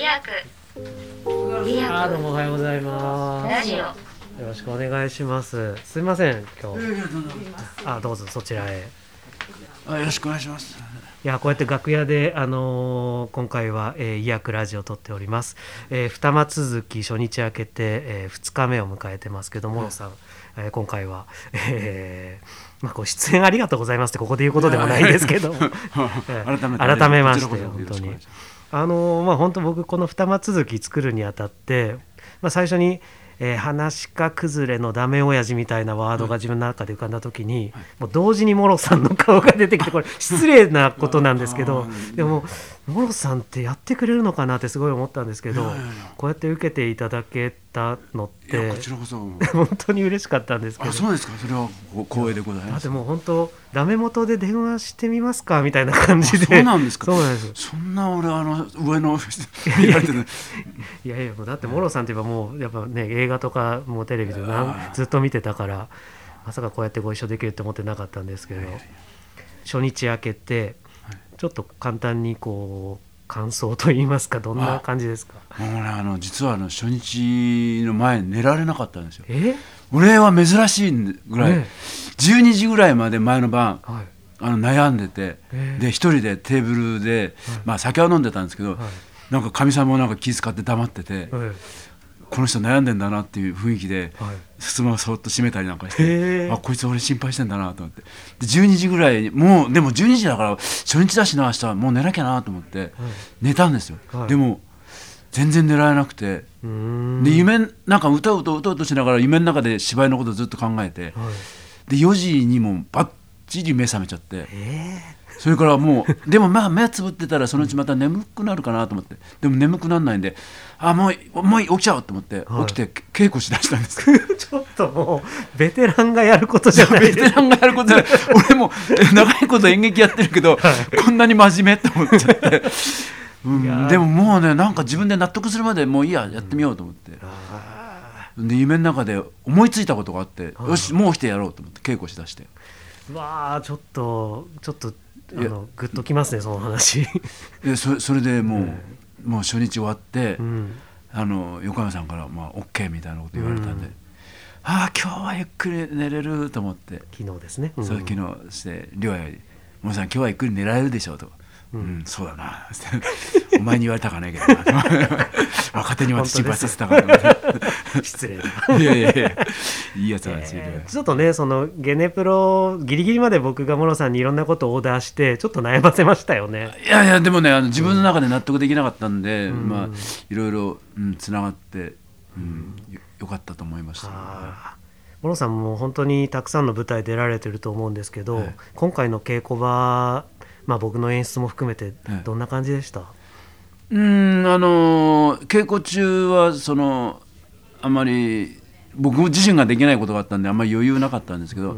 ラクあどうもおはようございまラジオす。よろしくお願いします。すいません、今日。あ、どうぞそちらへ。あよろしくお願い します。いやこうやって楽屋で、あのー今回は、えー、医薬ラジオを撮っております、えー二間続き初日明けて、え2日目を迎えてますけども、諸さん、えー今回は、えーまあ、ご出演ありがとうございますってここで言うことでもないんですけ どもえー改めて改めましてこちらこそ本よろ当しくお願にいしま。あのーまあ、本当僕この二間続き作るにあたって、まあ、最初に「えー、話か崩れのダメ親父みたいなワードが自分の中で浮かんだ時に、もう同時にモロさんの顔が出てきてこ れ失礼なことなんですけどあーでもモロさんってやってくれるのかなってすごい思ったんですけどいやいやいやこうやって受けていただけたのっいてやこちらこそ。本当に嬉しかったんですけどあそうですか。それはご光栄でございだまってす。もう本当ダメ元で電話してみますかみたいな感じであそうなんですかそうなんですそんな俺あの上の 言われてるいやいやもうだってモロさんといえばもうやっぱね映画とかもうテレビであなんーずっと見てたからまさかこうやってご一緒できるって思ってなかったんですけど初日明けてちょっと簡単にこう感想といいますかどんな感じですかもうねあの実はあの初日の前寝られなかったんですよ。え俺は珍しいぐらい、ね12時ぐらいまで前の晩はいあの悩んでて、ええで一人でテーブルで、まあ酒は飲んでたんですけど、なんかかみさんもなんか気遣って黙ってて、はいこの人悩んでんだなっていう雰囲気で、はい進まをそっと閉めたりなんかしへてーあこいつ俺心配してんだなと思ってで12時ぐらいにもうでも12時だから初日だしな明日はもう寝なきゃなと思って寝たんですよ、はいでも全然寝られなくて、うーんで夢なんか歌うと歌うとしながら夢の中で芝居のことずっと考えて、はいで4時にもバッチリ目覚めちゃってえそれからもう でもまあ目つぶってたらそのうちまた眠くなるかなと思ってでも眠くならないんであもうもう起きちゃおうと思って、はい起きて稽古しだしたんですー ちょっともうベテランがやることじゃないベテランがやること で俺もえ長いこと演劇やってるけど、こんなに真面目と思っちゃ って、うんいやーでももうねなんか自分で納得するまでもういいややってみようと思って、で夢の中で思いついたことがあって、よしもう起きてやろうと思って稽古しだしてわあちょっとちょっとあいやのグッときますねその話でそそれでもう,、もう初日終わって、うんあの横山さんから、まあ、OK みたいなこと言われたんで、うんああ今日はゆっくり寝れると思って。昨日ですね、そう昨日して亮也に「もうさん今日はゆっくり寝られるでしょ」とか。うん、そうだな。 お前に言われ たかねえけどな。若手に私心配させたから失 礼なな。 いやいやいや、いいやつなんですよ。えーちょっとねそのゲネプロギリギリまで僕がモロさんにいろんなことをオーダーしてちょっと悩ませましたよね。いやいや、でもね、あの自分の中で納得できなかったんで、まあ、いろいろ、うん、つながって、うん、よよかったと思いました。あーモロさんも本当にたくさんの舞台出られてると思うんですけど、はい今回の稽古場、まあ、僕の演出も含めてはいどんな感じでした、うんあのー稽古中はそのあんまり僕自身ができないことがあったんであんまり余裕なかったんですけど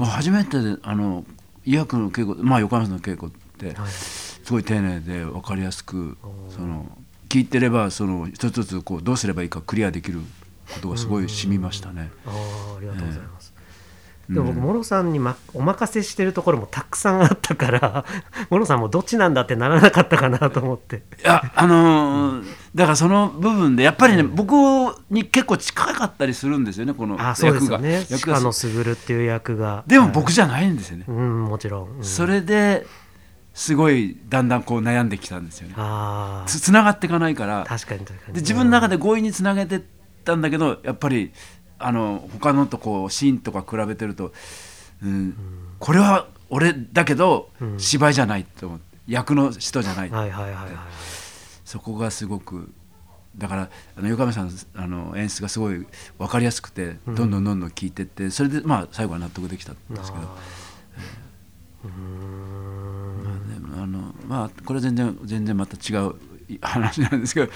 初めてあの医薬の稽古まあ横浜さんの稽古ってはいすごい丁寧で分かりやすくその聞いてればその一つ一つこうどうすればいいかクリアできることがすごい染みましたね。あーありがとうございます。でも僕、モロさんに、ま、お任せしてるところもたくさんあったから、 モロさんもどっちなんだってならなかったかなと思って。いやあのーだからその部分でやっぱりね、僕に結構近かったりするんですよねこの役があ、そうですよね。役鹿が野卓っていう役が。でもはい僕じゃないんですよね、うん、もちろん。うんそれですごいだんだんこう悩んできたんですよねあつつながっていかないからあ、確かに確かに。で自分の中で、で強引につなげてったんだけどやっぱりあの他のとこうシーンとか比べてると、うんこれは俺だけどうん芝居じゃないと思って役の人じゃない、はいはいはいはい。そこがすごくだからあの横山さんあの演出がすごい分かりやすくてどんどんどんどん聞いてってそれでまあ最後は納得できたんですけど。あーうーんでもあのまあこれは全然全然また違う話なんですけど、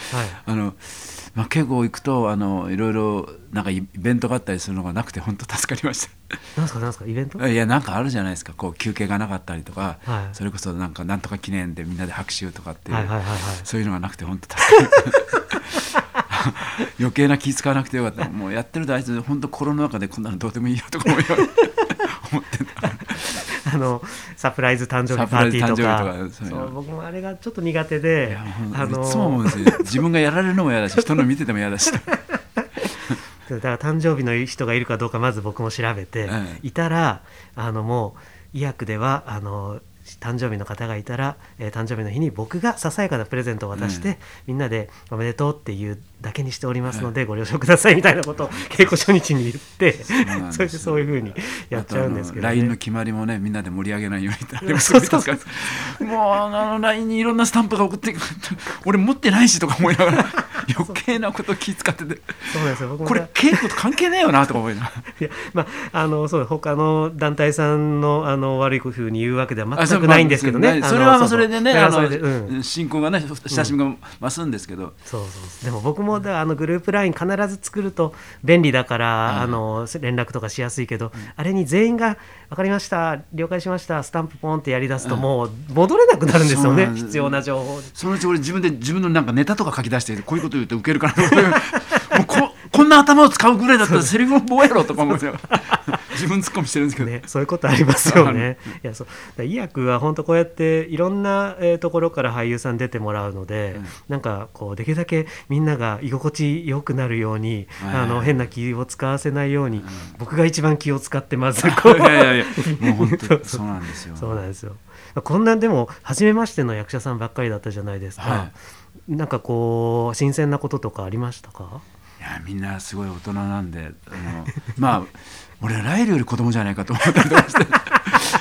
あのまあ稽古行くとあのいろいろなんかイベントがあったりするのがなくて本当助かりましなんですかなんですかイベント？ たいやなんかあるじゃないですかこう休憩がなかったりとか、はいそれこそなんかなんとか記念でみんなで拍手とかっていう、はいはいはいはいそういうのがなくて本当助かりました 余計な気使わなくてよかったもうやってるとあいつ本当心の中でこんなのどうでもいいよとか思いながら思ってたあのサプライズ誕生日パーティーとサプかライズ誕生日とかそういうそのう僕もあれがちょっと苦手でやほんあいつも思うんのですよ自分がやられるのも嫌だし人の見てても嫌だしだから誕生日の人がいるかどうかまず僕も調べてええいたらあのもう医薬ではあの誕生日の方がいたら、えー誕生日の日に僕がささやかなプレゼントを渡して、えみんなで「おめでとう」っていうだけにしておりますので、ご了承くださいみたいなことを稽古初日に言ってうなんですそれでそういうふうにやっちゃうんですけど、あとあの LINE のね。決まりもねみんなで盛り上げないようにってあれもすそうごい助そうかるもうあの LINE にいろんなスタンプが送ってくる俺持ってないしとか思いな がら余計なこと気遣っててそうなんですよ僕もこれ稽古と関係ねえよなとか思い ながらいやまああのそう他の団体さんのあの悪いふうに言うわけではあそ全うくないんですけどね。まああのそれはまあそれでねそうあそうそれはそれでうのん進行がね親しみが増すんですけど、そうそうそうでも僕もだあのグループライン必ず作ると便利だから、うんあの連絡とかしやすいけど、あれに全員が分かりました了解しましたスタンプポンってやりだすともう戻れなくなるんですよね、そうなんです必要な情報にそのうち俺自分で自分のなんかネタとか書き出してこういうこと言うとウケるかなと 思ってもうここんな頭を使うぐらいだったらセリフ覚えろとか思いながら 自分突っ込みしてるんですけど、ね、そういうことありますよね。いやそうだから医薬は本当こうやっていろんな、えーところから俳優さん出てもらうので、うんなんかこうできるだけみんなが居心地よくなるように、はいあの変な気を使わせないように、僕が一番気を使ってま ずこういやいやいやもう本当にそうなんですよ。そうなんですよ。こんなでも初めましての役者さんばっかりだったじゃないですか。はなんかこう新鮮なこととかありましたか？いやみんなすごい大人なんであのまあ俺ライルより子供じゃないかと思ったりとかして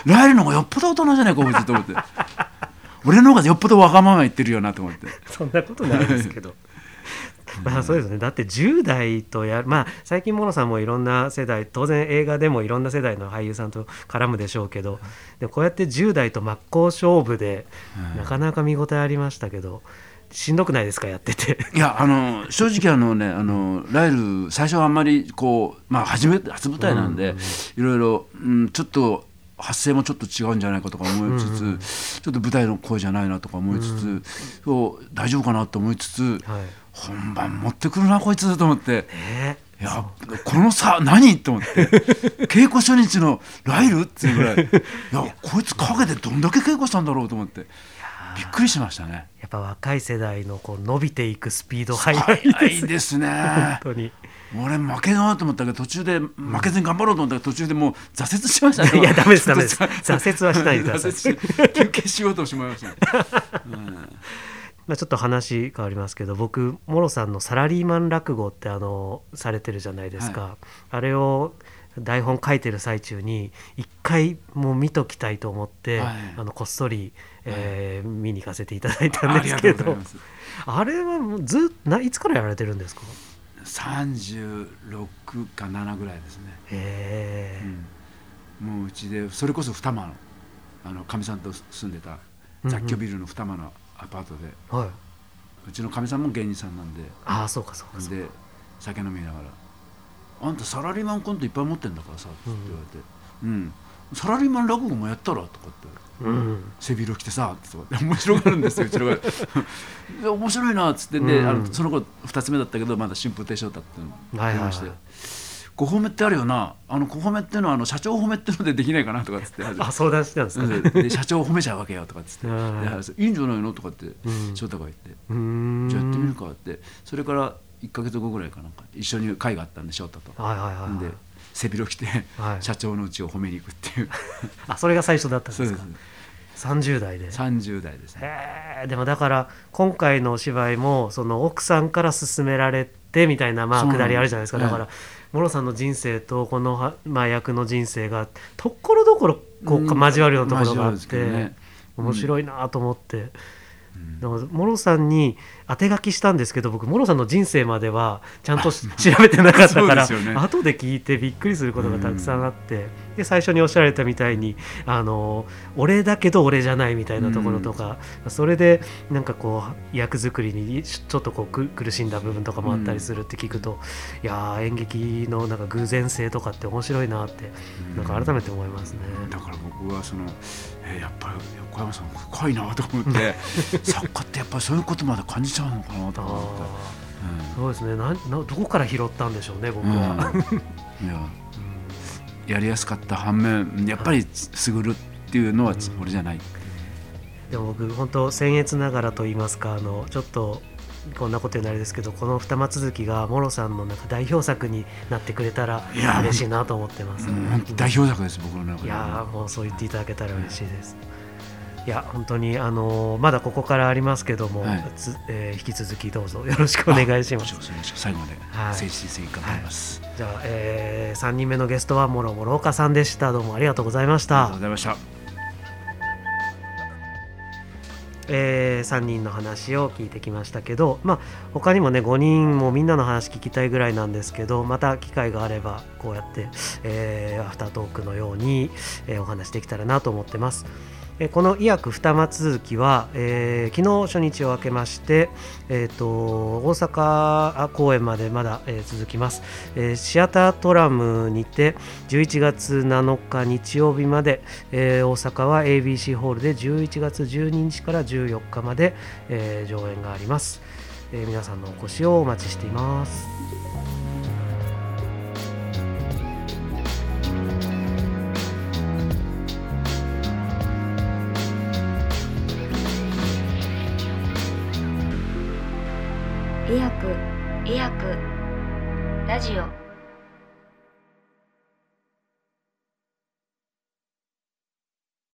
ライルの方がよっぽど大人じゃないかこいつと思って俺の方がよっぽどわがまま言ってるよなと思って そんなことないですけど。 まあそうですねだって10代とやまあ最近モノさんもいろんな世代当然映画でもいろんな世代の俳優さんと絡むでしょうけどでもこうやって10代と真っ向勝負で、なかなか見応えありましたけどしんどくないですかやってていやあの正直あのねあのライル最初はあんまりこうまあ初め初舞台なんで、いろいろ、うん、ちょっと発声もちょっと違うんじゃないかとか思いつつ、ちょっと舞台の声じゃないなとか思いつつ、そう大丈夫かなと思いつつ、はい本番持ってくるなこいつと思って。 ねいやこの差何と思って 稽古初日のライルっていうぐらいいやこいつ陰でどんだけ稽古したんだろうと思ってびっくりしましたね。やっぱ若い世代のこう伸びていくス ピード速早いですいです本ね。当に。俺負けなと思ったけど途中で負けずに頑張ろうと思ったけど途中でもう挫折しましたね。いやダメですダメですちょっと挫折はしないでください挫折して休憩しようとしまい ましたね。まあ、ちょっと話変わりますけど僕モロさんの「サラリーマン落語」ってあのされてるじゃないですか、あれを台本書いてる最中に一回もう見ときたいと思って、はいあのこっそり、えー見に行かせていただいたあんでりすがとけうございどます。あれはもうずっとないつからやられてるんですか三十六か七ぐらいですね。へえ、うんもううちでそれこそ二間のあのかみさんと住んでた雑居ビルの二間のアパートで、はい、うちのかみさんも芸人さんなんでああそうかそうかそうかで酒飲みながら「あんたサラリーマンコントいっぱい持ってんだからさ」って言われて「うん、サラリーマン落語もやったら」とかってうん背広着てさとかって面白がるんですようちのがで 面白いなっつってで、うんあのその子2つ目だったけどまだ春風亭昇太っていうのはいはいはい電話して「ご褒めってあるよなあのご褒めっていうのはあの社長褒めってのでできないかな」とかっつってあ相談してたんですか、 うんで社長を褒めちゃうわけよとかっつってう「でんあいいんじゃないの?」とかってん翔太が言ってうーん「じゃあやってみるか」ってそれから1か月後ぐらいかなんか一緒に会があったんで翔太と。はいはいはいはいで背広着てはい社長のうちを褒めに行くっていうあ それが最初だったんそでうすでかす30代で30代ですねへえでもだから今回のお芝居もその奥さんから勧められてみたいなまあそうなんくだりあるじゃないですかええだから、モロさんの人生とこのは、まあ、役の人生がところどころこううん交わるようなところがあって、交わるんですけどねうん面白いなと思って。でもモロさんに当て書きしたんですけど僕モロさんの人生まではちゃ んとし調べてなかったから、そうですよね後で聞いてびっくりすることがたくさんあって、で最初におっしゃられたみたいにあの俺だけど俺じゃないみたいなところとか、それでなんかこう役作りにちょっとこうく苦しんだ部分とかもあったりするって聞くと、いやー演劇のなんか偶然性とかって面白いなって、なんか改めて思いますね。だから僕はその、えーやっぱり横山さん深いなと思って 作家ってやっぱりそういうことまで感じちゃうのかなとか思ってあーそうですねななどこから拾ったんでしょうね僕うん、うんは。いややりやすかった反面やっぱり優るっていうのはつ俺じゃない、でも僕本当僭越ながらと言いますかあのちょっとこんなこと言うのあれですけどこの二間続きがモロさんのなんか代表作になってくれたらいや嬉しいなと思ってます、うん本当代表作です僕の中いでやーはもうそう言っていただけたら嬉しいです。いや本当にあのーまだここからありますけども、はいつえー引き続きどうぞよろしくお願いしまもすちろん。そうです最後まではい誠実に頑張ります、じゃあ、え3人目のゲストはもろもろ岡さんでした。どうもありがとうございましありがとうたご。ざいましたえ3人の話を聞いてきましたけど、まあ、他にもね5人もみんなの話聞きたいぐらいなんですけどまた機会があればこうやって、えーアフタートークのように、えーお話できたらなと思ってます。えーこの「医薬二松続きは」えー昨日初日を明けまして、えー、と大阪公演までまだ、えー続きます、えーシアタートラムにて11月7日日曜日まで、えー大阪は ABC ホールで11月12日から14日まで、えー上演があります、えー皆さんのお越しをお待ちしています医薬医薬ラジオ